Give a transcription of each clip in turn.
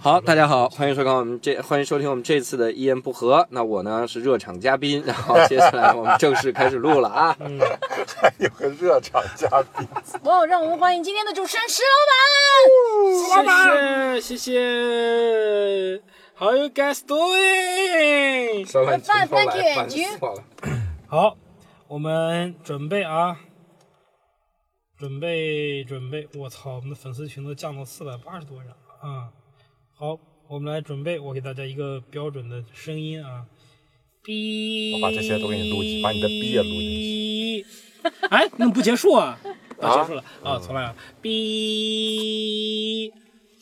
好，大家好，欢迎收看我们这， 欢迎收听我们这次的一言不合。那我呢是热场嘉宾，然后接下来我们正式开始录了啊。 还有个热场嘉宾，哇，让我们欢迎今天的主持人石老嗯板。谢谢谢谢，How you guys doing？老板，饭请过来饭店烦死局我了好，我们准备啊，准备准备，我操，我们的粉丝群都降到四百八十多人了啊、好，我们来准备，我给大家一个标准的声音啊，哔，我把这些都给你录进把你的哔也录进进去。哎，那不结束啊？啊，结束了嗯啊，重来啊，哔。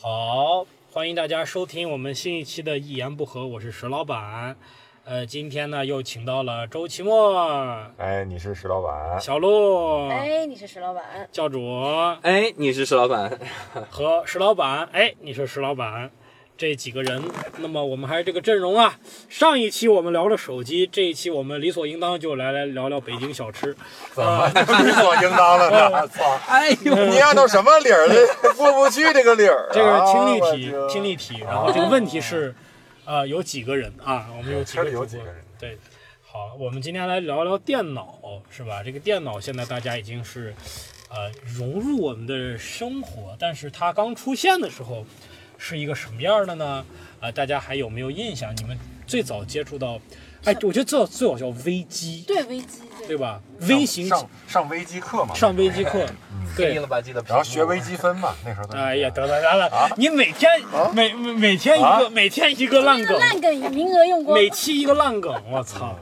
好，欢迎大家收听我们新一期的《一言不合》，我是石老板。呃，今天呢又请到了周奇墨、哎，你是石老板，小鹿、哎，你是石老板，教主哎，你是石老板，和石老板。哎，你是石老板，这几个人。那么我们还是这个阵容啊。上一期我们聊了手机，这一期我们理所应当就来来聊聊北京小吃。怎么理所应当了 呢？操！哎 呦，你按照什么理儿的过不去这个理儿啊？嗯这个是听力题，我去听力题。然后这个问题是，呃，有几个人啊？我们有几圈个里有主几播个人？对，好，我们今天来聊聊电脑，是吧？这个电脑现在大家已经是，呃，融入我们的生活，但是它刚出现的时候是一个什么样的呢？啊、大家还有没有印象？你们最早接触到，哎，我觉得最最好叫微机，对危机，对对吧？上微型上上微机课嘛，上微机课，对黑，了吧唧的，然后学微积分嘛，那时候都是哎呀，得了得了，啊你每天、每每每天一个、啊每天一个烂那个梗，烂梗名额用光。每期一个烂梗，我操！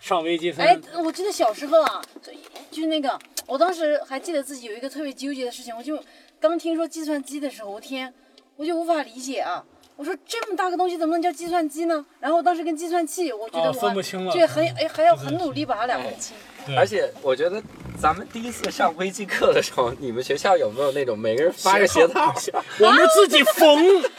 上微积分，哎，我记得小时候啊，就就那个，我当时还记得自己有一个特别纠结的事情，我就刚听说计算机的时候，我天，我就无法理解啊。我说这么大个东西怎么能叫计算机呢？然后我当时跟计算器，我觉得哦我分不清了对，很哎还要很努力把它俩分清。对而且我觉得咱们第一次上微机课的时候，你们学校有没有那种每个人发个鞋套？我们自己缝，啊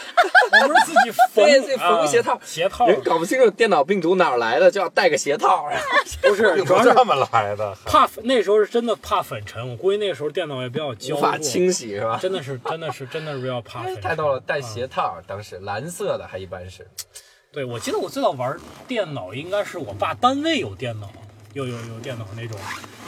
我们自己缝，对对缝啊鞋套鞋套人搞不清楚电脑病毒哪儿来的，就要带个鞋套。然后不是，并主不要是是这么来的，怕那时候是真的怕粉尘，我估计那时候电脑也比较无胶法固，清洗是吧？真的是真的是真的是要怕粉尘。太逗了，带鞋套，当时蓝色的还一般是。对，我记得我最早玩电脑应该是我爸单位有电脑，有有有电脑那种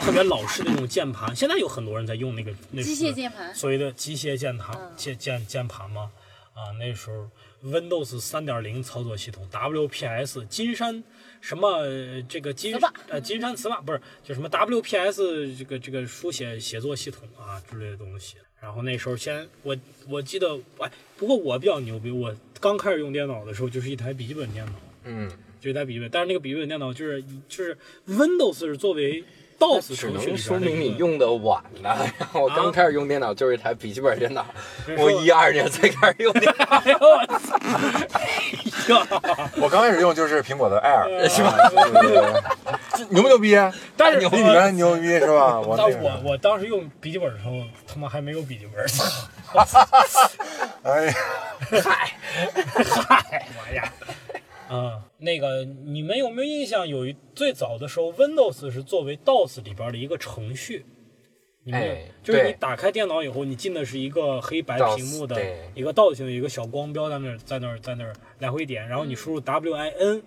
特别老式的那种键盘，现在有很多人在用那个那机械键盘所谓的机械键盘嗯键键键盘嘛，啊，那时候 Windows 三点零操作系统 WPS 金山什么呃这个金词霸呃金山词霸不是就什么 WPS 这个这个书写写作系统啊之类的东西。然后那时候先我我记得哎，不过我比较牛逼，我刚开始用电脑的时候就是一台笔记本电脑，嗯，就一台笔记本，但是那个笔记本电脑就是就是 Windows 是作为 DOS 只程能序里边的一个啊说明你用的晚了。然后我刚开始用电脑就是一台笔记本电脑，我一二年才开始 用电脑。哎呦我操！哎呀我刚开始用就是苹果的 Air，哎啊是吧？这牛不牛逼？ 但哎是比你原来牛逼是吧？ 我那但我个，我当时用笔记本的时候，他妈还没有笔记本。 哎呀，嗨，我呀，嗯啊，那个你们有没有印象？有一最早的时候，Windows 是作为 DOS 里边的一个程序。你们有哎就是你对打开电脑以后，你进的是一个黑白 DOS 屏幕的对一个 DOS 型的一个小光标在那儿在那儿在那儿来回点，然后你输入 WIN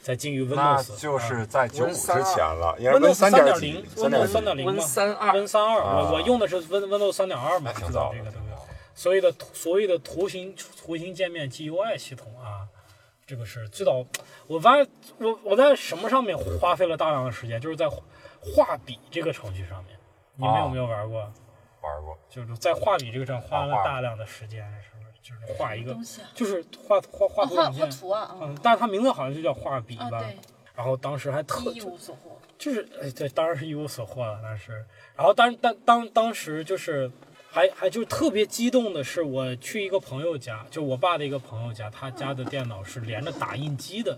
再进入那 Windows，啊就是在九五之三二前了，应该是 Windows 三点几零点，Windows 几三点零，Win 嘛三二，Win 三二，啊我我用的是 Win Windows 三点二嘛，那挺知早道的这个挺东西早的。所谓的图所谓的图形图形界面 GUI 系统啊，这个是最早我发现我我在什么上面花费了大量的时间，就是在画笔这个程序上面。你们啊有没有玩过？玩过。就是在画笔这个上花了画大量的时间，是不是？就是画一个东西啊，就是画画画啊，图画软画件。图啊，嗯，但是它名字好像就叫画笔啊，啊吧。 对，然后当时还特一无所获。就是哎，对，当然是一无所获了，那是。然后当当当当时就是还还就是特别激动的是，我去一个朋友家，就我爸的一个朋友家，他家的电脑是连着打印机的，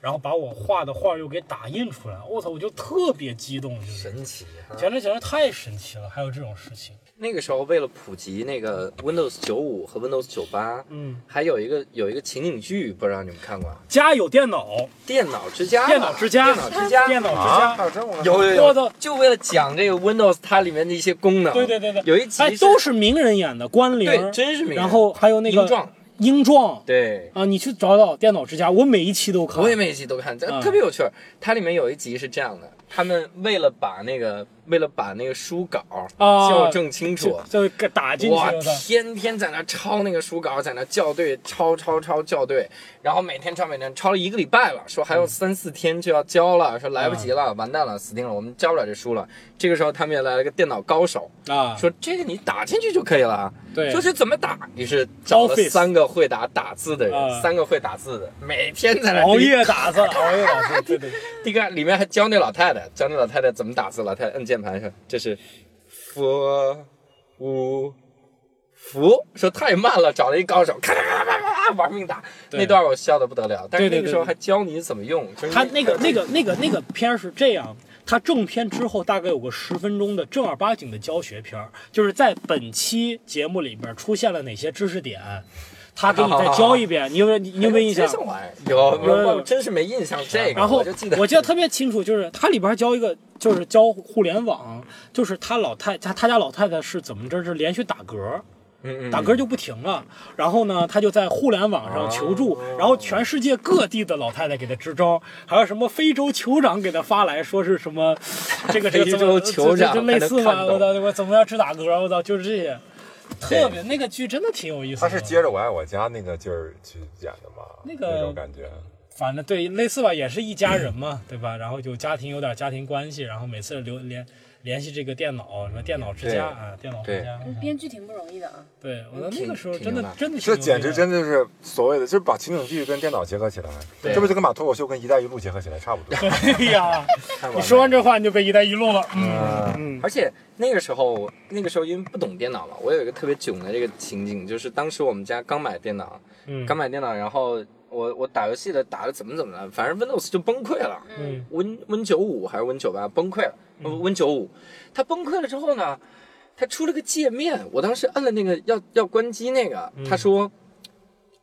然后把我画的画又给打印出来，我操，我就特别激动，就是神奇啊！简直简直太神奇了，还有这种事情，那个时候为了普及那个 Windows 九五和 Windows 九八，嗯，还有一个有一个情景剧，不知道你们看过？《啊家有电脑，电脑之家》。电脑之家，电脑之家，电脑之啊，家还，有这么个有有我有操，就为了讲这个 Windows 它里面的一些功能。对对对对哎有一集哎，都是名人演的，关凌，对，真是名人然后还有那个英壮，英壮对，啊，你去找找电脑之家，我每一期都看。我也每一集都看，这嗯特别有趣儿。它里面有一集是这样的，他们为了把那个为了把那个书稿啊校正清楚，就就打进去哇，了。天天在那抄那个书稿，在那校对，抄抄抄校对，然后每天抄每天抄了一个礼拜了，说还有三四天就要交了，说来不及了，完蛋了，死定了，我们交不了这书了。这个时候他们也来了个电脑高手，啊，说这个你打进去就可以了啊，对哎说这怎么打？于是找了 Office 三个会打打字的啊人，三个会打字的，每天在那熬盯夜打字， 熬夜打字，对对。 第一个里面还教那老太太，教那老太太怎么打字，老太太摁键盘说这是 f u 福，说太慢了，找了一高手，咔咔咔咔咔咔玩命打。对那段我笑的不得了，但是对对那个时候还教你怎么用，就是他那个那个那个那个片儿是这样，他正片之后大概有个十分钟的正儿八经的教学片儿，就是在本期节目里边出现了哪些知识点，他给你再教一遍，你有没有你你有没有印象 这？种玩意啊儿有，我我真是没印象这个，啊然后我就记得我记得特别清楚，就是它里边教一个，就是教互联网，就是他老太他他家老太太是怎么着是连续打嗝，嗯嗯打嗝就不停了。然后呢，他就在互联网上求助，哦然后全世界各地的老太太给他支招，还有什么非洲酋长给他发来说是什么，这个这个非洲酋长就类似吧，还能看我懂操，我怎么样治打嗝，我操，就是这些，特别那个剧真的挺有意思他的。是接着《我爱我家》那个劲儿去演的吗？那个种感觉，反正对类似吧，也是一家人嘛， 对吧？然后就家庭有点家庭关系，然后每次留联联系这个电脑，什么电脑之家啊，电脑之家。编剧挺不容易的啊。对，我说那个时候挺真挺的难真的挺这牛逼的简直真的是所谓的，就是把情景剧跟电脑结合起来，对这不就跟把脱口秀跟“一带一路”结合起来差不多？ 哎呀！太完美你了说完这话你就被一带一路了，嗯而且那个时候，那个时候因为不懂电脑嘛，我有一个特别囧的这个情景，就是当时我们家刚买电脑，嗯刚买电脑，然后我我打游戏的打的怎么怎么了，反正 Windows 就崩溃了嗯，Win Win 九五还是 Win 九八崩溃了、w i n 九五，它崩溃了之后呢，它出了个界面，我当时摁了那个要要关机那个，他说。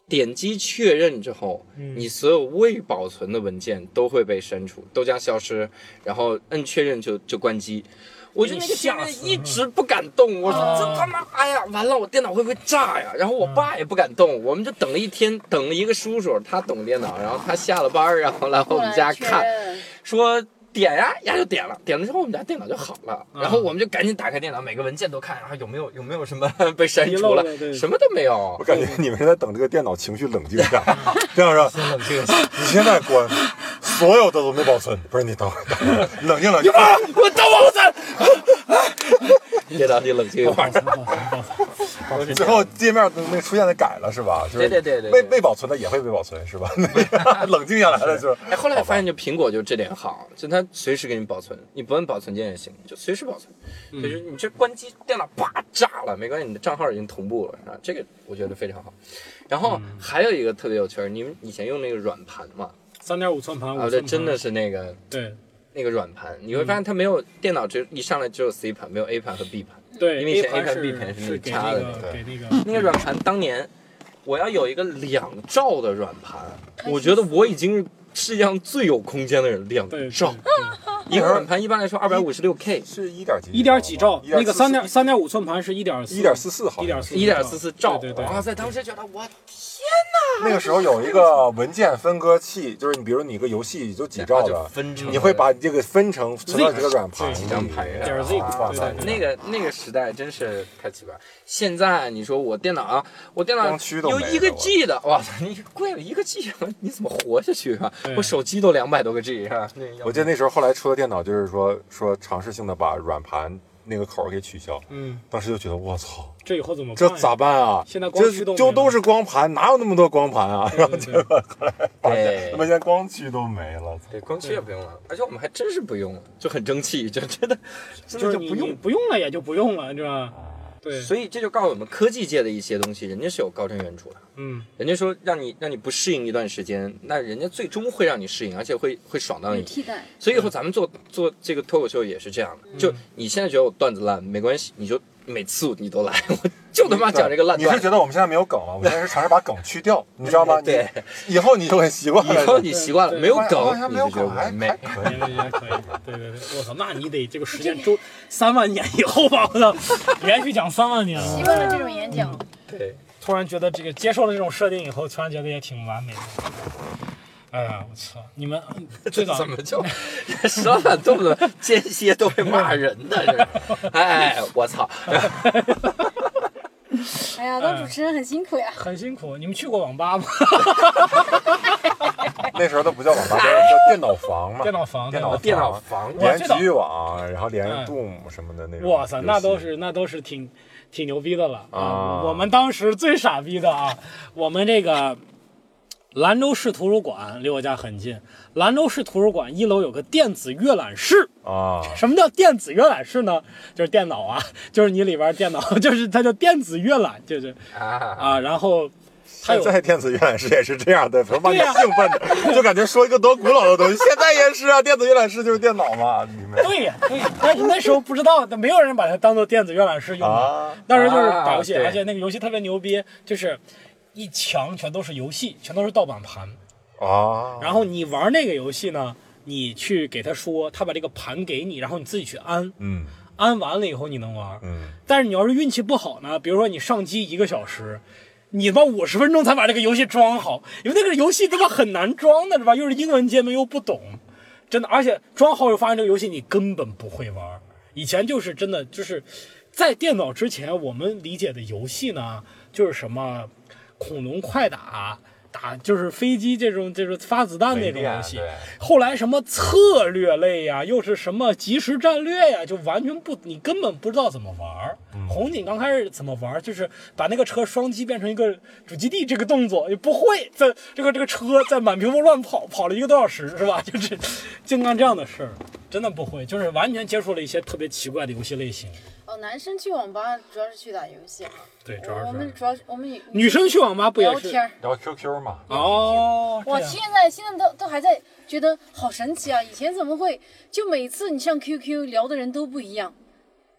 点击确认之后，你所有未保存的文件都会被删除，都将消失。然后摁确认就就关机。我就那个界面一直不敢动，我说这他妈，哎呀，完了，我电脑会不会炸呀？然后我爸也不敢动，我们就等了一天，等了一个叔叔，他懂电脑，然后他下了班儿，然后来我后们来家确看，认说点呀、呀就点了，点了之后我们家电脑就好了，然后我们就赶紧打开电脑，每个文件都看啊，有没有有没有什么 被删遗除漏了了对，什么都没有我。感觉你们是在等这个电脑情绪冷静下， 这样说，冷静。 你现在关，所有的都没保存。不是你等会儿，等会儿冷静冷静。啊！我当王三，电脑你冷静一会儿。最后界面那个出现的改了是吧？就是对对对对对未未保存的也会被保存是吧？ 那个冷静下来了就是。哎，后来发现就苹果就这点好，就它随时给你保存，你不摁保存键也行，就随时保存。就是你这关机，电脑啪炸了，没关系，你的账号已经同步了啊，这个我觉得非常好。然后还有一个特别有趣儿，你们以前用那个软盘嘛？三点五寸盘，啊，五寸这盘真的是那个对那个软盘，你会发现它没有电脑只一上来只有 C 盘，没有 A 盘和 B 盘。对，因为以前 A 盘 A 盘 B 盘是那是个嗯给插那的个那个给那个那个软盘当年我要有一个两兆的软盘，我觉得我已经是世界上最有空间的人，两对兆。一个软盘一般来说二百五十六 K，是一点几？一点几兆，那个三点一三点五寸盘是一点四点四四毫。一点四一点四四兆。对对哇对，塞，当时觉得我那个时候有一个文件分割器，就是你比如你一个游戏就几兆就的，分成了你会把你这个分成存到这个软盘对里几张盘呀点儿 Z 哇塞对对！对那个那个时代真是太奇怪。现在你说我电脑啊，我电脑光驱都没有了一个 G 的，哇塞，你贵了一个 G，你怎么活下去啊对？我手机都两百多个 G 啊！那要我记得那时候后来出的电脑就是说说尝试性的把软盘那个口儿给取消，嗯，当时就觉得我操，这以后怎么这办呀咋办啊？现在光驱这动就没了都是光盘，哪有那么多光盘啊？ 对然后对对发现对他妈连光驱都没了，对，光驱也不用了，而且我们还真是不用了，就很争气，就真的真就的就是你不用啊你。不用了也就不用了，是吧？对，所以这就告诉我们，科技界的一些东西，人家是有高瞻远瞩的。嗯，人家说让你让你不适应一段时间，那人家最终会让你适应，而且会会爽到有嗯你。替代，所以以后咱们做做这个脱口秀也是这样的，就你现在觉得我段子烂没关系，你就每次你都来， 我就他妈讲这个烂你是段。觉得我们现在没有梗了？我现在是尝试把梗去掉，你知 道吗？对你，以后你就很习惯了。以后你习惯了，对没有发现哦好梗，像你没有就觉得梗，还完美还。可以。也也可以，对对对，我操，那你得这个时间周三万年以后吧，我操，连续讲三万年，习惯了这种演讲，啊对，突然觉得这个接受了这种设定以后，突然觉得也挺完美的。哎呀，我操！你们最早 怎么就 石老板动不动间歇都会骂人的？这是，哎，我操！哎呀，当主持人很辛苦呀。很辛苦，你们去过网吧吗？ 那时候都不叫网 吧，叫叫电脑房嘛，电脑房，电对吧电脑房哇连这倒局域网，然后连嗯 Doom 什么的那种游戏。哇塞，那都是那都是挺挺牛逼的了啊我们当时最傻逼的啊，我们这个兰州市图书馆离我家很近，兰州市图书馆一楼有个电子阅览室。 啊，什么叫电子阅览室呢？就是电脑啊，就是你里边电脑， 就是它叫电子阅览，就是啊，啊，然后它现有在电子阅览室也是这样的，他妈你对呀兴奋的，就感觉说一个多古老的东西。现在也是啊，电子阅览室就是电脑嘛，你们对呀，对呀，但是那时候不知道，没有人把它当做电子阅览室用的。啊，当时就是打游戏，啊对而且那个游戏特别牛逼，就是一墙全都是游戏，全都是盗版盘。啊，然后你玩那个游戏呢，你去给他说，他把这个盘给你，然后你自己去安，嗯安完了以后你能玩。嗯，但是你要是运气不好呢，比如说你上机一个小时，你他妈五十分钟才把这个游戏装好，因为那个游戏他妈很难装的是吧？又是英文界面又不懂，真的，而且装好以后发现这个游戏你根本不会玩。以前就是真的就是在电脑之前，我们理解的游戏呢，就是什么恐龙快打。打就是飞机这种，就是发子弹那种游戏雷电。后来什么策略类呀、又是什么即时战略呀、就完全不，你根本不知道怎么玩儿。红警刚开始怎么玩儿，就是把那个车双击变成一个主基地这个动作，也不会在这个这个车在满屏幕乱跑，跑了一个多小时是吧？ 就是净干这样的事儿，真的不会，就是完全接触了一些特别奇怪的游戏类型。嗯哦，男生去网吧主要是去打游戏啊，对，我们主要是我们也女生去网吧不也聊是？天儿。然后 QQ 嘛，哦，我这样现在现在都都还在觉得好神奇啊！以前怎么会？就每次你上 QQ 聊的人都不一样，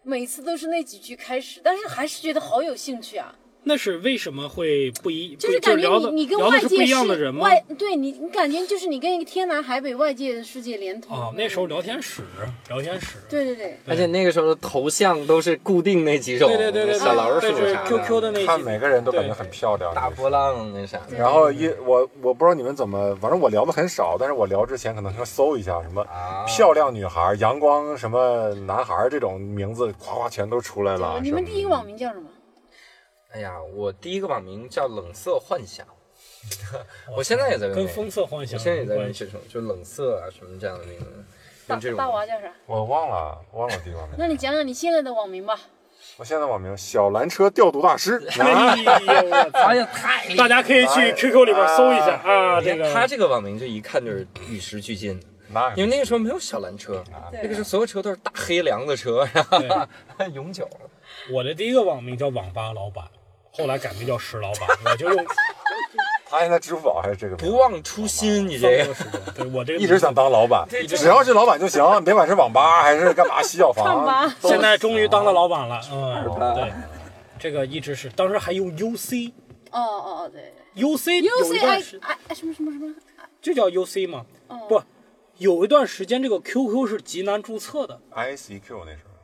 每次都是那几句开始，但是还是觉得好有兴趣啊！那是为什么会不一？就不是感觉聊你的你跟聊的外是不界一样的世人吗？外，对你你感觉就是你跟一个天南海北外界的世界连通哦，那时候聊天室，聊天室。对对对，而且那个时候的头像都是固定那几种，对对对对，小老鼠对就是啥 QQ 的那看几每个人都感觉对很漂亮，大就是波浪那啥的然后一我我不知道你们怎么，反正我聊的很少，但是我聊之前可能要搜一下什么啊漂亮女孩、阳光什么男孩这种名字，夸夸全都出来了。你们是吧第一个网名叫什么？哎呀，我第一个网名叫冷色幻 想，我现在也在用那跟个，风色幻我想现在也在有用关系。这种，就冷色啊什么这样的那个，大用这种大娃叫啥？我忘了，忘了第一个网名。那你讲讲你现在的网名吧。我现在网名小蓝车调度大师。啊哎呦我 操哎呀，太厉害大了！哎家可以去 QQ 里边搜一下啊，这连个他这个网名就一看就是与时俱进的，那因为那个时候没有小蓝车，那个时候所有车都是大黑梁子车，然啊对后 永久了。我的第一个网名叫网吧老板，后来改名叫石老板，我 就用他现在支付宝还是这个名字不忘初心，你这这个个时间，对我这个一直想当老板，只要是老板就行，别管是网吧还是干嘛洗脚啊房唱吧。都现在终于当了老板了，嗯，对，这个一直是，当时还用 UC。哦哦哦，对 UC ，U 有 C 哎一段 I 时 I I 什么什么什么？就叫 UC 嘛，哦不，有一段时间这个 QQ 是极难注册的， ICQ 那时候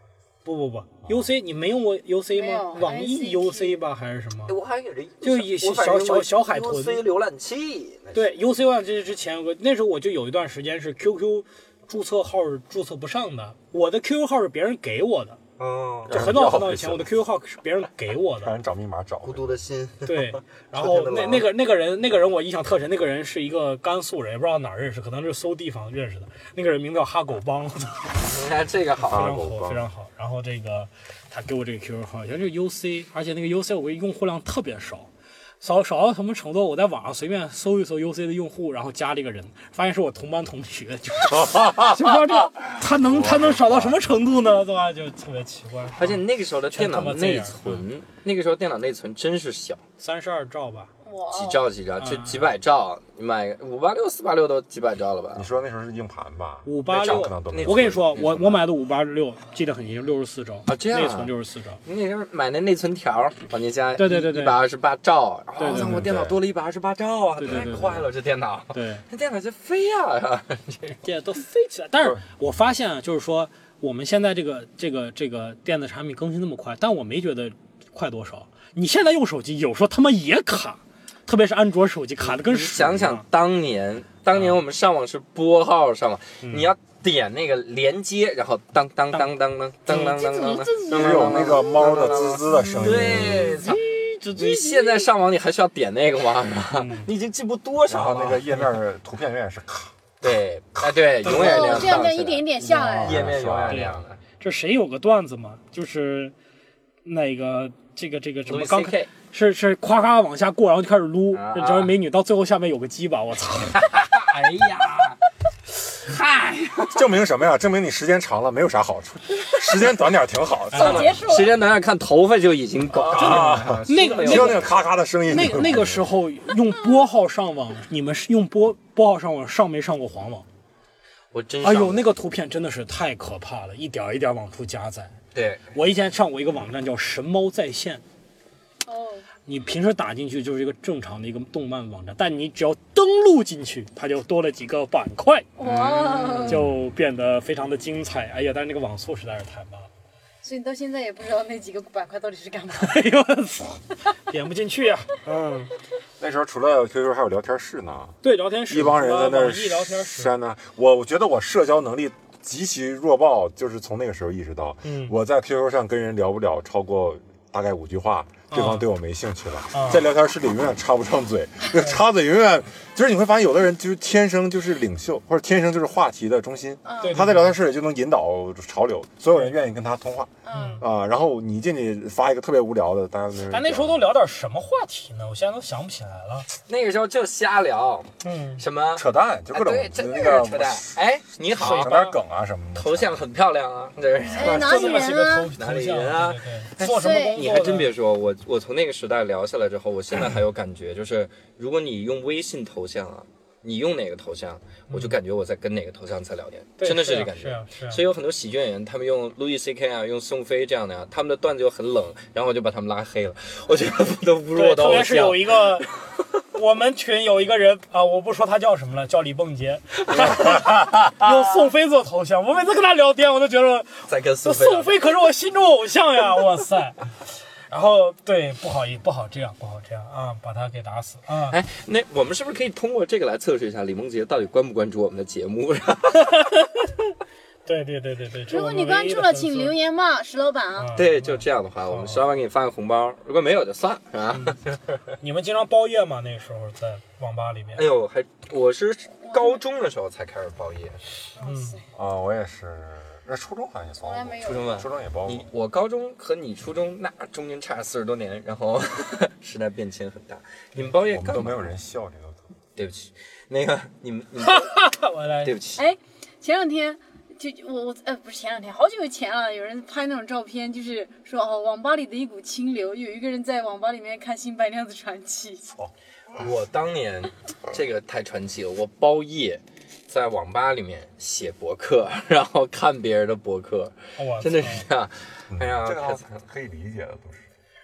不不不，UC 你没用过 UC 没有吗？网易 ICQ UC 吧还是什么？我还给人就一小小小海豚 UC 浏览器，那是对，UC One 这之前有个，那时候我就有一段时间是 QQ 注册号是注册不上的，我的 QQ 号是别人给我的，嗯，就很早很早以前我的 QQ 号是别人给我让的，人找密码找孤独的心， 对。然春天后的那狼那个那个人那个人我印象特深，那个人是一个甘肃人，也不知道哪儿认识，可能是搜地方认识的。那个人名叫哈狗帮，我操你看哎这个非好，啊常火，非常好。然后这个他给我这个 QQ 号，好像是 UC，而且那个 UC 我用户量特别少，少少到什么程度？我在网上随便搜一搜 UC 的用户，然后加这个人，发现是我同班同学， 就就说这个他能他能少到什么程度呢？对吧？就特别奇怪。而且那个时候的电脑全他妈这内样嗯存，那个时候电脑内存真是小，三十二兆吧，哇几哦，兆几兆，嗯就几百兆，你买个五八六、四八六都几百兆了吧嗯你？说那时候是硬盘吧？五八六可能都没有。我跟你说，我我买的五八六记得很清，六十四兆啊这样啊内存六十四兆。你那时候买那内存条儿往进加，对对对对一百二十八兆，啊对我对操，对我电脑多了一百二十八兆啊，对对太对对快了这电脑， 对，那电脑就飞呀，这都飞起来。但是我发现啊，就是说我们现在这个这个这个电子产品更新那么快，但我没觉得快多少。你现在用手机，有时候他妈也卡，特别是安卓手机卡的跟你屎一想样。想当年，当嗯年我们上网是拨号上网，你要点那个连接，然后当当当当当当当当当，只有那个猫的滋滋的声音。对，嗯操！这，这你现在上网你还需要点那个吗？是吧？ 你已经进步多嗯然少后了？啊那个页面儿图片永远是卡，对，啊对，永远哦，样这样荡这样起一点一来，嗯点下来，页面永远那样的。这谁有个段子嘛？就是那个这个这个什么 Louis 刚 CK 是是夸夸往下过，然后就开始撸，啊这这美女到最后下面有个鸡巴，我操！哎呀，嗨，证明什么呀？证明你时间长了没有啥好处，时间短点儿挺 好哎啊的。结束了 嗯时间短点看头发就已经够啊， 那个没有听到那个咔咔的声音，那你就那个时候用拨号上网，你们是用拨拨号上网上没上过黄网？我真哎呦，那个个图片真的是太可怕了，一点儿一点儿往出加载。对，我以前上过一个网站叫神猫在线，哦，你平时打进去就是一个正常的一个动漫网站，但你只要登录进去，它就多了几个板块，嗯哇，哦就变得非常的精彩。哎呀，但是那个网速实在是太慢了， 所以你到现在也不知道那几个板块到底是干嘛。嗯哎呦我操，点不进去呀、嗯，那时候除了 QQ 还有聊天室呢，对，聊天室啊一帮人在那网儿易聊天室，删呢。我我觉得我社交能力极其弱爆，就是从那个时候意识到，嗯我在 QQ 上跟人聊不了超过大概五句话。对啊方对我没兴趣了，啊嗯在聊天室里永远插不上嘴，就 插嘴永远就是你会发现有的人就是天生就是领袖，或者天生就是话题的中心，对他在聊天室里就能引导潮流，所有人愿意跟他通话嗯，啊。然后你进去发一个特别无聊的，大家就是咱那时候都聊点什么话题呢？我现在都想不起来了。那个时候就瞎聊，嗯，什么扯淡，就啊各种对，真那的个是扯淡。哎，你好整，点梗啊什么的。头像很漂亮啊，这是。哎，哪里就这么几人个啊哎头？哪里人啊头像？对对对 做什么对工作？你还真别，说，我我从那个时代聊下来之后，我现在还有感觉，就是如果你用微信头像啊，你用哪个头像，我就感觉我在跟哪个头像在聊天，对真的是是这啊感是觉啊是啊。所以有很多喜剧演员，他们用路易 C K 啊，用宋飞这样的呀、他们的段子又很冷，然后我就把他们拉黑了， 我觉得不得侮辱对，我的偶特别是像有。一个，我们群有一个人啊，我不说他叫什么了，叫李梦洁， 用宋飞做头像。我每次跟他聊天，我都觉得在跟这宋飞聊啊宋飞可是我心中偶像呀，哇塞！ 然后对，不好意，不好这样，不好这样啊，把他给打死啊！哎，那我们是不是可以通过这个来测试一下李梦洁到底关不关注我们的节目？ 对对对对对，这如我果们你关唯一注的了，粉请丝留。言骂石老板啊。啊对，就这样的话，我们稍微给你发个红包，如果没有就算了，是吧？你们经常包夜吗？那时候在网吧里面哎，呦，还我是高中的时候才开始包夜，哇塞，嗯啊，我也是，那初中好像也包从来过，没初有。中啊初。中也包过你。我高中和你初中那中间差四十多年，然 后时代变迁很大。你嗯们包夜我们干都嘛？没有人笑这个梗。对不起，那个你们， 你们我来对不起，哎，前两天就我我呃不是前两天，好久以前了，有人拍那种照片，就是说哦，网吧里的一股清流，有一个人在网吧里面看《新白娘子传奇》。我当年这个太传奇了，我包夜。在网吧里面写博客， 然后看别人的博客，我真的操是这样。哎呀，这个太还惨了可以理解的，都是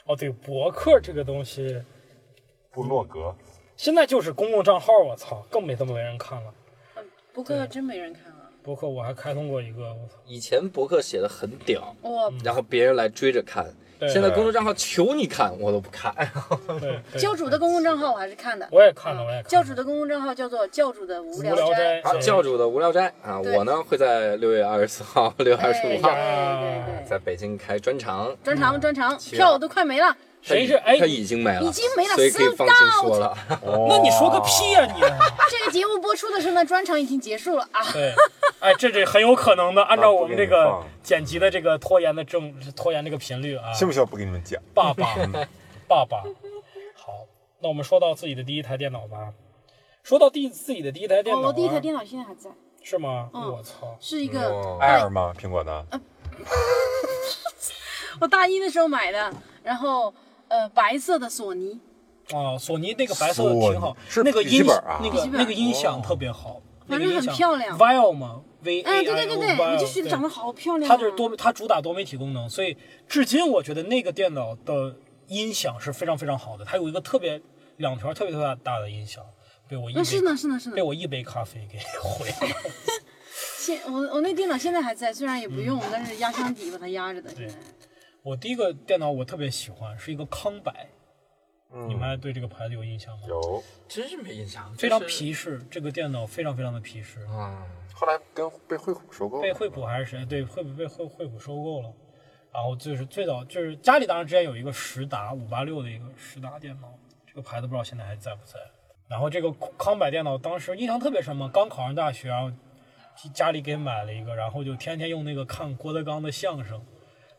哦，对，博客这个东西，部落格。现在就是公共账号，我操，更没这么没人看了。不过真没人看啊！博客我还开通过一个，我操，以前博客写的很屌，哇，然后别人来追着看。对现在公众账号求你看，我都不看。嗯对，对教主的公共账号我还是看的。我也看了，我也看了。教主的公共账号叫做教主的无无聊聊斋斋。啊好，教主的无聊斋啊，对我呢会在六月二十四号、 六月二十哎五对号哎呀嗯对对对，在北京开专场，专场专场，行票都快没了。谁是哎他？已经没了，已经没了所以可以放心说了。哦那你说个 屁呀、你！这个节目播出的时候呢，专场已经结束了啊。对，哎，这这很有可能的。按照我们这那不给个你放剪辑的这个拖延的正拖延这个频率啊，信不信我不给你们讲？嗯爸爸， 爸爸。好，那我们说到自己的第一台电脑吧。说到第自己的第一台电脑、啊哦我第一台电脑现在还在，是吗？嗯我操！是一个爱尔吗？苹果的？嗯我大一的时候买的，然后呃白色的索尼，啊，索尼那个白色的挺索，好是那个笔记音本啊哦那笔个记本那个音响特别好，那反个正音很响漂亮 Vio 嘛，V A I O 哎，对对对对， Vio，我就觉得长得好漂亮啊。它就是多，它主打多媒体功能，所以至今我觉得那个电脑的音响是非常非常好的，它有一个特别两条特别特别大的音响，被我一杯嗯，是呢是呢是呢被。我一杯咖啡给毁了。 嗯现我我那电脑现在还在，虽然也不用，但是压箱底把它压着的。现在我第一个电脑我特别喜欢，是一个康柏，嗯你们还对这个牌子有印象吗？有，真是没印象，非常就是皮实，这个电脑非常非常的皮实，啊，后来跟被惠普收购了，被惠普还是谁？对，惠普被惠惠普收购了。然后就是最早就是家里当然之前有一个实达五八六的一个实达电脑，这个牌子不知道现在还在不在。然后这个康柏电脑当时印象特别深嘛，刚考上大学，然后家里给买了一个，然后就天天用那个看郭德纲的相声，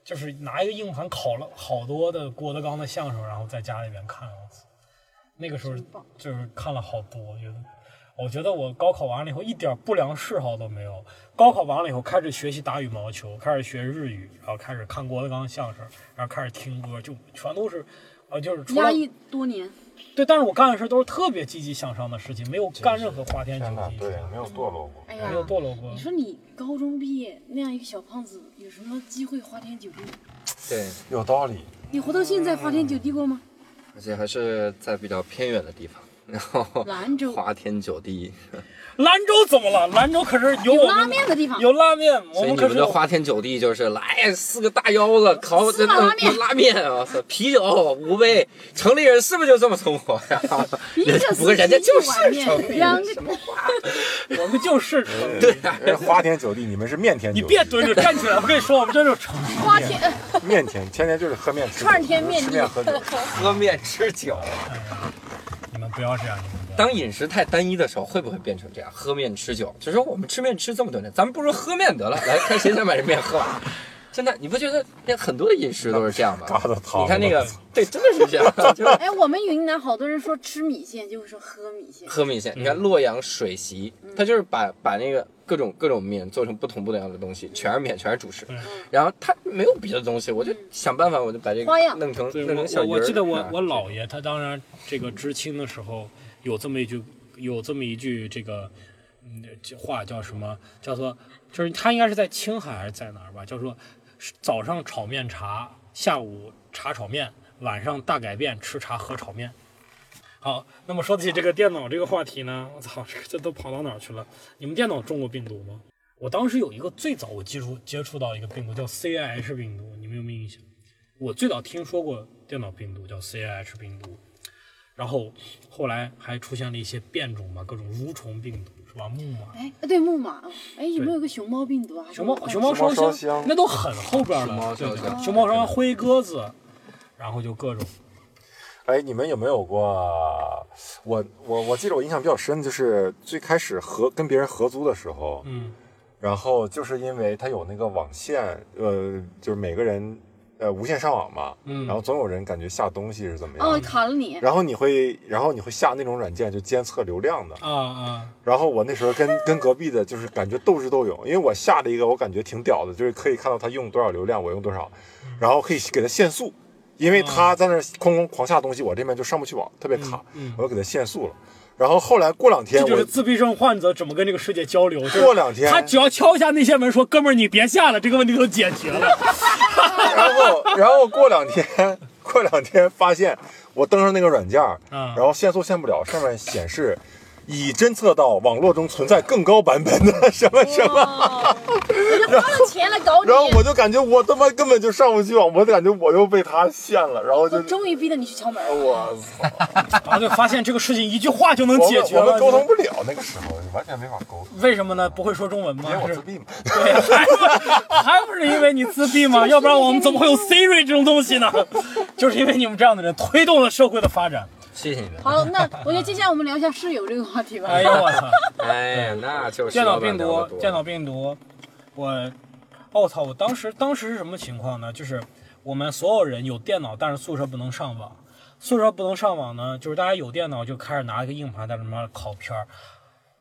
就是拿一个硬盘拷了好多的郭德纲的相声，然后在家里面看。我操那个时候真棒就是看了好多，我觉得，我觉得我高考完了以后一点不良嗜好都没有。高考完了以后开始学习打羽毛球，开始学日语，然后开始看郭德纲相声，然后开始听歌，就全都是，呃，就是除了压抑多年，对，但是我干的事都是特别积极向上的事情，没有干任何花天酒天哪，地，对，啊没有堕落过。哎没有呀，堕落过你。说你高中毕业那样一个小胖子，有什么机会花天酒地？对，有道理， 你活到现在花天酒地过吗？而且还是在比较偏远的地方， 然后兰州花天酒地，兰州怎么了？兰州可是有有我拉们面的地方，有拉面，我所以们你可们是的有花天酒地就是来四个大腰子烤四碗拉面呃拉面啊，啤酒五杯，城里人是不是就这么生活呀、一个不 过人家就是城里两人个，什么话？我们就是城里。对呀、人家花天酒地，你们是面天你酒地，别蹲着，站起来！我跟你说，我们这就是城里。花天呃面天，天天就是喝面吃酒串天面吃地面喝 酒。喝面吃酒。你们不要这样，你们不要当饮食太单一的时候，会不会变成这样？喝面吃酒，就说我们吃面吃这么多年，咱们不如喝面得了。来，看谁先把这面喝 完。真的，你不觉得那很多的饮食都是这样吗？嘎都塌了你看那个，对，真的是这样，就是哎，我们云南好多人说吃米线，就会说喝米线。喝米线。你看洛阳水席，它就是把把那个各种各种面做成不同不同样的东西，全是面，全是主食嗯。然后它没有别的东西，我就想办法，我就把这个花样弄成对弄成小我鱼我我记得我啊我姥爷他当然这个知青的时候有这么一句有这么一句这个嗯这话叫什么叫做就是他应该是在青海还是在哪儿吧叫做早上炒面茶，下午茶炒面，晚上大改变吃茶喝炒面。好，那么说起这个电脑这个话题呢，我操， 这这都跑到哪儿去了？你们电脑中过病毒吗？我当时有一个最早我接触接触到一个病毒叫 CIH 病毒，你们有没有印象？我最早听说过电脑病毒叫 CIH 病毒，然后后来还出现了一些变种嘛，各种蠕虫病毒是吧？木马、哎，对木马，哎，有没有个熊猫病毒啊？熊猫、熊熊猫嗯烧烧香那都很后边了，熊对猫烧对，香熊猫烧香、灰鸽子，然后就各种哎，你们有没有过？我我我记得我印象比较深，就是最开始合跟别人合租的时候，嗯，然后就是因为它有那个网线，呃，就是每个人呃无线上网嘛，嗯然后总有人感觉下东西是怎么样哦，的，卡了你，然后你会，然后你会下那种软件就监测流量的，啊啊，然后我那时候跟跟隔壁的，就是感觉斗智斗勇，因为我下了一个我感觉挺屌的，就是可以看到他用多少流量，我用多少，嗯然后可以给他限速，因为他在那儿哐哐狂下东西，我这边就上不去网，特别卡，我就给他限速了。然后后来过两天嗯这就我是自闭症患者怎么跟这个世界交流。就是过两天他只要敲一下那些门，说：“哥们儿，你别下了，这个问题都解决了。然后，然后过两天， 过两天发现我登上那个软件儿，嗯然后限速限不了，上面显示已侦测到网络中存在更高版本的什么什么，哦，人家花了钱来搞 你然，后我就感觉我他妈根本就上不去网，我感觉我又被他限了，然后就我终于逼得你去敲门了。我操，”然后就发现这个事情一句话就能我解们决我了。们沟通不了，那个时候完全没法沟通，为什么呢？不会说中文吗？因为我是自闭嘛。对，还不 还不是因为你自闭吗？要不然我们怎么会有 Siri 这种东西呢？就是因为你们这样的人推动了社会的发展。谢谢你们。好，那我觉得接下来我们聊一下室友这个话题吧。哎呦我操！哎呀，那就是电脑老病板聊毒得，多电脑病毒，我，我、操！我当时当时是什么情况呢？就是我们所有人有电脑，但是宿舍不能上网。宿舍不能上网呢，就是大家有电脑就开始拿一个硬盘在那边拷片儿，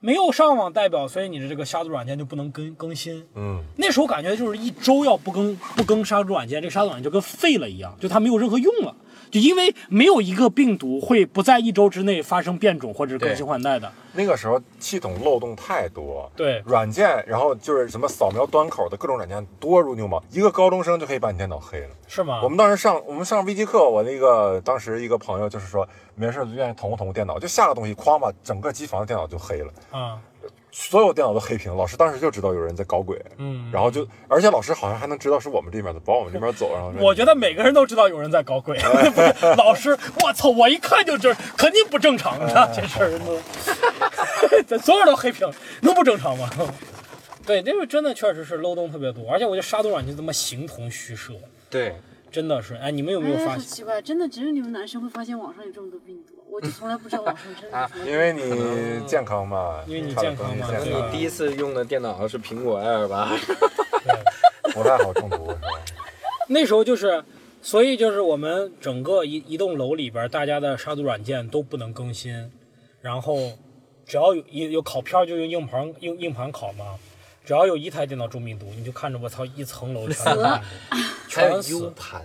没有上网代表，所以你的这个杀毒软件就不能更更新。嗯，那时候感觉就是一周要不更不更杀毒软件，这个杀毒软件就跟废了一样，就它没有任何用了。就因为没有一个病毒会不在一周之内发生变种或者是更新换代的。那个时候系统漏洞太多，对软件，然后就是什么扫描端口的各种软件多如牛毛，一个高中生就可以把你电脑黑了。是吗？我们当时上我们上微机课，我那个当时一个朋友就是说没事儿就愿意捅咕捅咕电脑，就下个东西，哐把整个机房的电脑就黑了，啊，所有电脑都黑屏，老师当时就知道有人在搞鬼，嗯，然后就，而且老师好像还能知道是我们这边的，不往我们这边走，然后说我觉得每个人都知道有人在搞鬼，不是老师，我操，我一看就知道肯定不正常的，这事儿都， 咱所有人都黑屏，能不正常吗？ 对，这个真的确实是漏洞特别多，而且我觉得杀毒软件他妈形同虚设，对，真的是，哎，你们有没有哎，发好现？奇怪，真的只有你们男生会发现网上有这么多病毒，我就从来不知道网上真的有什么病因为你健康嘛，因为你差点健康嘛东西对健吧康你第一次用的电脑是苹果 Air 吧？不太好中毒是吧？那时候就是，所以就是我们整个一一栋楼里边，大家的杀毒软件都不能更新，然后只要有有有烤片儿就用硬盘用硬盘烤嘛，只要有一台电脑中病毒，你就看着我操一层楼全是病毒，还有全 U 死盘，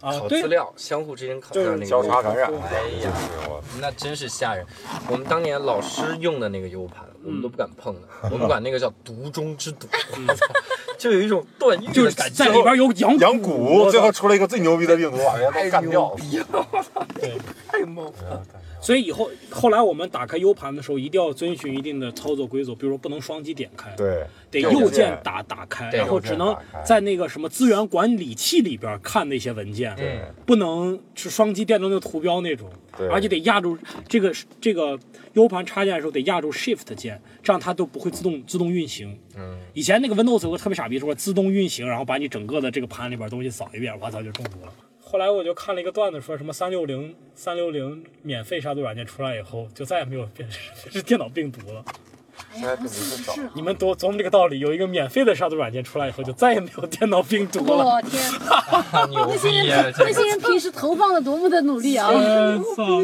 啊！考对资，料，相互之间考资料那个 交叉 U 盘感染，哎呀就是我那真是吓人。我们当年老师用的那个 U 盘，我们都不敢碰的，我们管那个叫“毒中之毒”，嗯 就有一种断狱 就的是感觉。在里边有羊养骨，蛊，我最操后出来一个最牛逼的病毒，把人太都干掉牛了。逼了，对。太猛了！所以以后后来我们打开 U 盘的时候，一定要遵循一定的操作规则，比如说不能双击点开，对，得右右键键打打开，对然后右键只能打开在那个什么资源管理器里边看那些文件，对不能是双击电动的图标那种对，而且得压住这个这个 U 盘插件的时候得压住 Shift 键，这样它都不会自动自动运行。嗯，以前那个 Windows 有个特别傻逼说自动运行，然后把你整个的这个盘里边东西扫一遍，我操就中毒了。后来我就看了一个段子，说什么三六零三六零免费杀毒软件出来以后，就再也没有变 是电脑病毒了。现在病毒是少。你们琢琢磨这个道理，有一个免费的杀毒软件出来以后，就再也没有电脑病毒了。我天，太牛那些逼啊！人那些人平时投放了多么的努力啊！我哎操！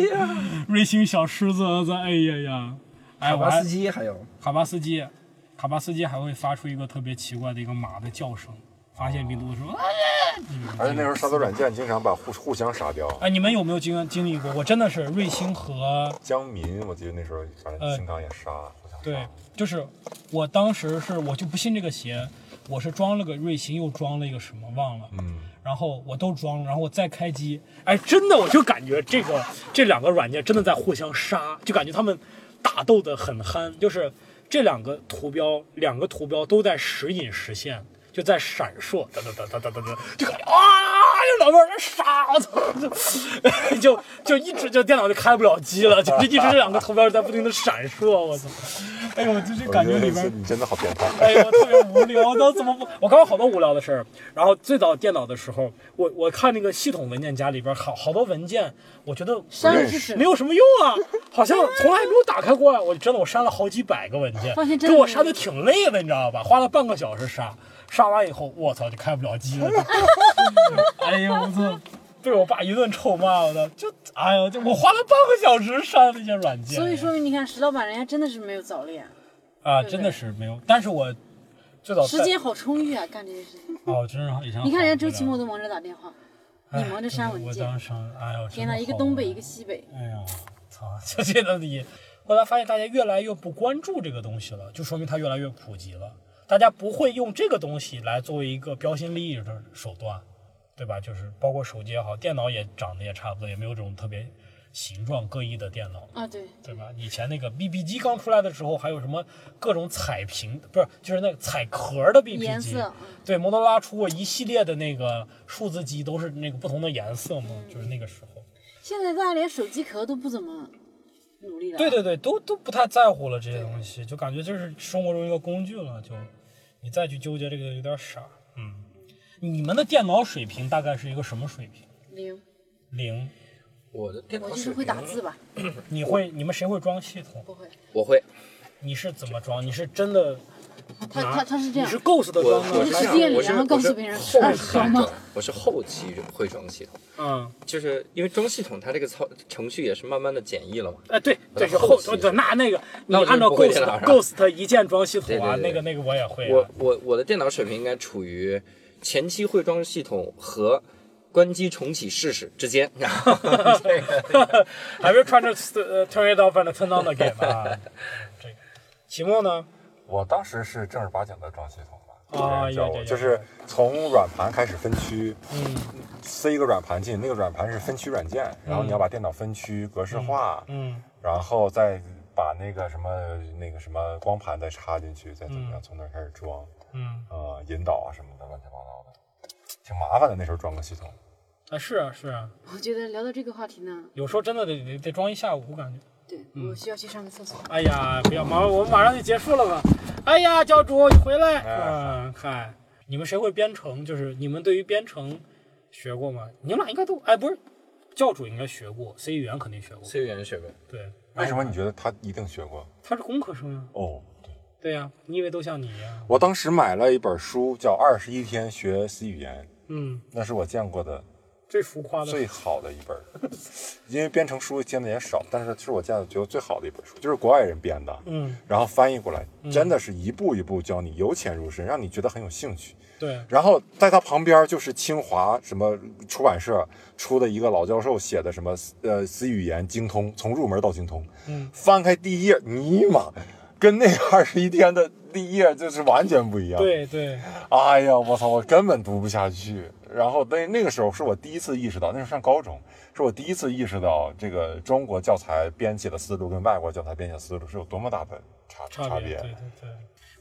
瑞幸小狮子，咱哎呀呀！哎，我还基还有卡巴斯基，卡巴斯基还会发出一个特别奇怪的一个马的叫声，发现病毒的时候。哎而且那时候杀毒软件经常把互互相杀掉，哎，你们有没有经经历过？我真的是瑞幸和江民我记得那时候反正哎经常也杀，互相对杀。，就是我当时是我就不信这个邪，我是装了个瑞幸，又装了一个什么忘了。嗯，然后我都装，然后我再开机，哎，真的我就感觉这个这两个软件真的在互相杀，就感觉他们打斗的很憨，就是这两个图标，两个图标都在时隐时现，就在闪烁，哒哒哒哒哒哒哒，就感觉啊，这两边人杀，我操，就就 就一直就电脑就开不了机了，就是一直这两个图标在不停的闪烁，我操，哎呦，就就我感觉里边是你真的好变态。哎呦，我特别无聊，那怎么不？我干过好多无聊的事儿。然后最早电脑的时候，我我看那个系统文件夹里边好好多文件，我觉得删了试试没，有什么用啊，好像从来没有打开过呀、我真的我删了好几百个文件发现，给真的我删的挺累的，你知道吧？花了半个小时删，删完以后，我操，就 开不了机了。哎呦，我操！被我爸一顿臭骂，我的就哎呦，就我花了半个小时删那些软件，所以说明你看石老板人家真的是没有早恋，啊，真的是没有。但是我最早在时间好充裕啊，干这些事情。哦，真是以前你看人家周好奇墨都忙着打电话，哎你忙着删文我件当时，哎呦，天哪，哪，一个东北一个，西北，哎呀，操， 就这东西。后来发现大家越来越不关注这个东西了，就说明它越来越普及了。大家不会用这个东西来作为一个标新立异的手段，对吧？就是包括手机也好，电脑也长得也差不多，也没有这种特别形状各异的电脑。啊，对，对吧？以前那个 BB 机刚出来的时候，还有什么各种彩屏，不是，就是那个彩壳的 BB 机，颜色嗯对，摩托罗拉出过一系列的那个数字机，都是那个不同的颜色嘛，嗯就是那个时候。现在大家连手机壳都不怎么努力了。啊对对对，都都不太在乎了这些东西，就感觉这是生活中一个工具了，就你再去纠结这个有点傻。嗯，你们的电脑水平大概是一个什么水平？零，零。我的电脑我就是水会平打字吧，你会你们谁会装系统？不会。我会，你是怎么装？你是真的他他他是这啊样你是，Ghost 的我我装是？吗实这践样，里我是然后我告诉是别人后哎期 好吗装，我是后期会装系统，嗯。就是因为装系统它这个操程序也是慢慢的简易了嘛。哎，对，不对，是是后后期对那那个，你那我就按照不会电脑 Ghost 上 Ghost 一键装系统啊，对对对那个那个我也会、啊。我我我的电脑水平应该处于前期会装系统和关机重启试试之间， 然后这个 还没穿着呃 turn it off and turn on again 啊。这个期末呢？我当时是正儿八经的装系统吧，啊别人教有有有我就是从软盘开始分区，嗯塞一个软盘进，那个软盘是分区软件，然后你要把电脑分区格式化，嗯然后再把那个什么那个什么光盘再插进去，再怎么样，嗯从那儿开始装，嗯，呃，引导啊什么的，乱七八糟的，挺麻烦的。那时候装个系统，啊是啊是啊，我觉得聊到这个话题呢，有时候真的得得得装一下午，感觉。对我需要去上个厕所。哎呀，不要马，我们马上就结束了吧。哎呀，教主你回来，哎嗯，嗨，你们谁会编程？就是你们对于编程学过吗？你们俩应该都，哎，不是，教主应该学过，C 语言肯定学过。 C 语言学过，对，为什么你觉得他一定学过？他是工科生呀、哦，对呀、你以为都像你一样？我当时买了一本书，叫《二十一天学 C 语言》，嗯，那是我见过的最浮夸的。最好的一本儿， 因为编程书见的也少，但是是我见的觉得最好的一本书，就是国外人编的，嗯，然后翻译过来，真的是一步一步教你由浅入深，让你觉得很有兴趣。对，然后在他旁边就是清华什么出版社出的一个老教授写的什么呃 C 语言精通，从入门到精通。嗯，翻开第一页，尼玛，跟那二十一天的第一页就是完全不一样。，对对，哎呀，我操，我根本读不下去。然后那那个时候是我第一次意识到，那时候上高中，是我第一次意识到这个中国教材编写的思路跟外国教材编写的思路是有多么大的差差差别，别对对对。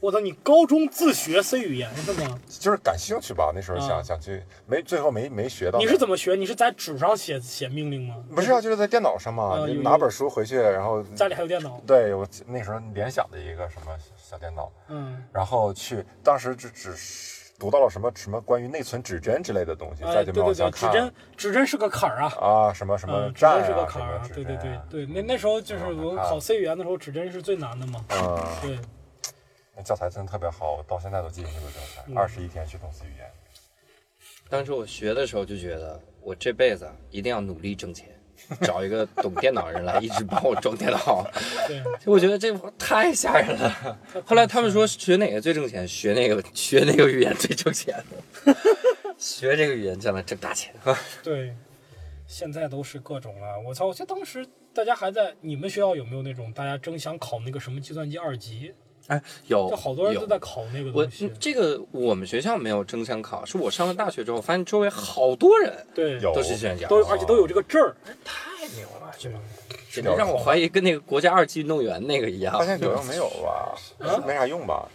我操，你高中自学 C 语言是吗？就是感兴趣吧，那时候想、啊想去，没最后没没学到。你是怎么学？你是在纸上写写命令吗？不是啊，就是在电脑上嘛，啊你有拿本书回去，然后家里还有电脑。对我那时候联想的一个什么小电脑，嗯，然后去当时只只是读到了什么什么关于内存指针之类的东西，哎，再对就没对往对，下指看针指针是个坎儿啊。啊，什么什么嗯，指站针啊，是个什坎么儿啊，指对对针对啊对，那那时候就是我考 C 语言的时候，指针是最难的嘛。嗯，对，那教材真的特别好，我到现在都记得这个教材，嗯二十一天学懂 C 语言。当时我学的时候就觉得，我这辈子一定要努力挣钱，找一个懂电脑的人来一直帮我装电脑。 对，就我觉得这太吓人了。后来他们说学哪个最挣钱，学那个学那个语言最挣钱， 学这个语言将来挣大钱。 对，现在都是各种了。我操！我记得当时大家还在你们学校有没有那种大家争相考那个什么计算机二级？哎，有就好多人有都在考那个我东西嗯。这个我们学校没有争相考，是我上了大学之后发现周围好多人对，有都是这样，都而且都有这个证儿。太牛了，这简直屌丝让我怀疑跟那个国家二级运动员那个一样发。现有用没有 啊吧？没啥用吧？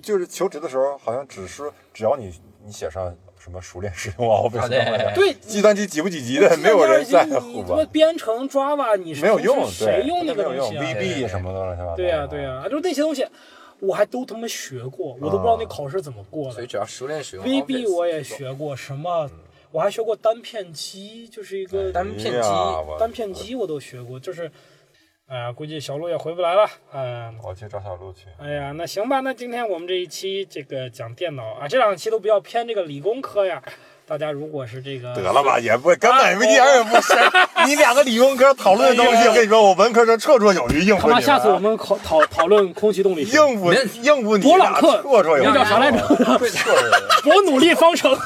就是求职的时候，好像只是只要你你写上什么熟练使用啊，我不啊对对，计算机几不几级的，没有人在乎你他妈吧？编程 Java，你是没有用，平时谁对用那个没有东用西啊？ ，VB 什么的乱七八糟。对呀、对呀、啊呀，就那些东西，我还都他妈学过，我都不知道那啊考试怎么过所的以。只要熟练使用 VB Office 我也学过，什么我还学过单片机，就是一个单片哎机啊我单片机我都学过，就是，哎、呀，估计小鹿也回不来了，嗯、我去找小鹿去。哎呀，那行吧，那今天我们这一期这个讲电脑啊，这两期都比较偏这个理工科呀，大家如果啊是这个得了吧，也不根本一点也不深。 你两个理工科讨论的东西，我跟你说，我文科生绰绰有余，应付他你啊们。妈，哎下次我们考讨讨论空气动力学，应付应付你博俩朗克绰绰有余。啊那叫啥来着？ 伯努利方程。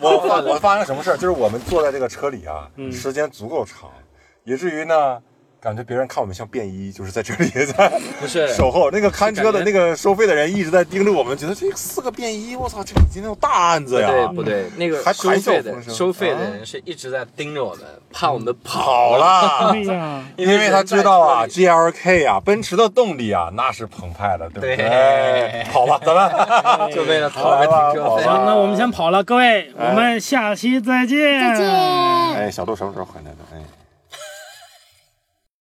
我我发我发生什么事儿？就是我们坐在这个车里啊，嗯时间足够长，以至于呢，感觉别人看我们像便衣，就是在这里 在不是守候。那个看车的是感觉那个收费的人一直在盯着我们，觉得这四个便衣，我操，这今天有大案子呀！对不对？那个嗯还收谈笑费风的生收费的人是一直在盯着我们，怕我们跑跑了。 了。呀，嗯因为他知道啊因为人在，GLK 啊，奔驰的动力啊，那是澎湃的，对不对对？好吧，咱们就为了讨个哎好吧停车费好。吧那哎我们先跑了，各位，我们下期再见。再见。哎，小豆什么时候回来的？哎。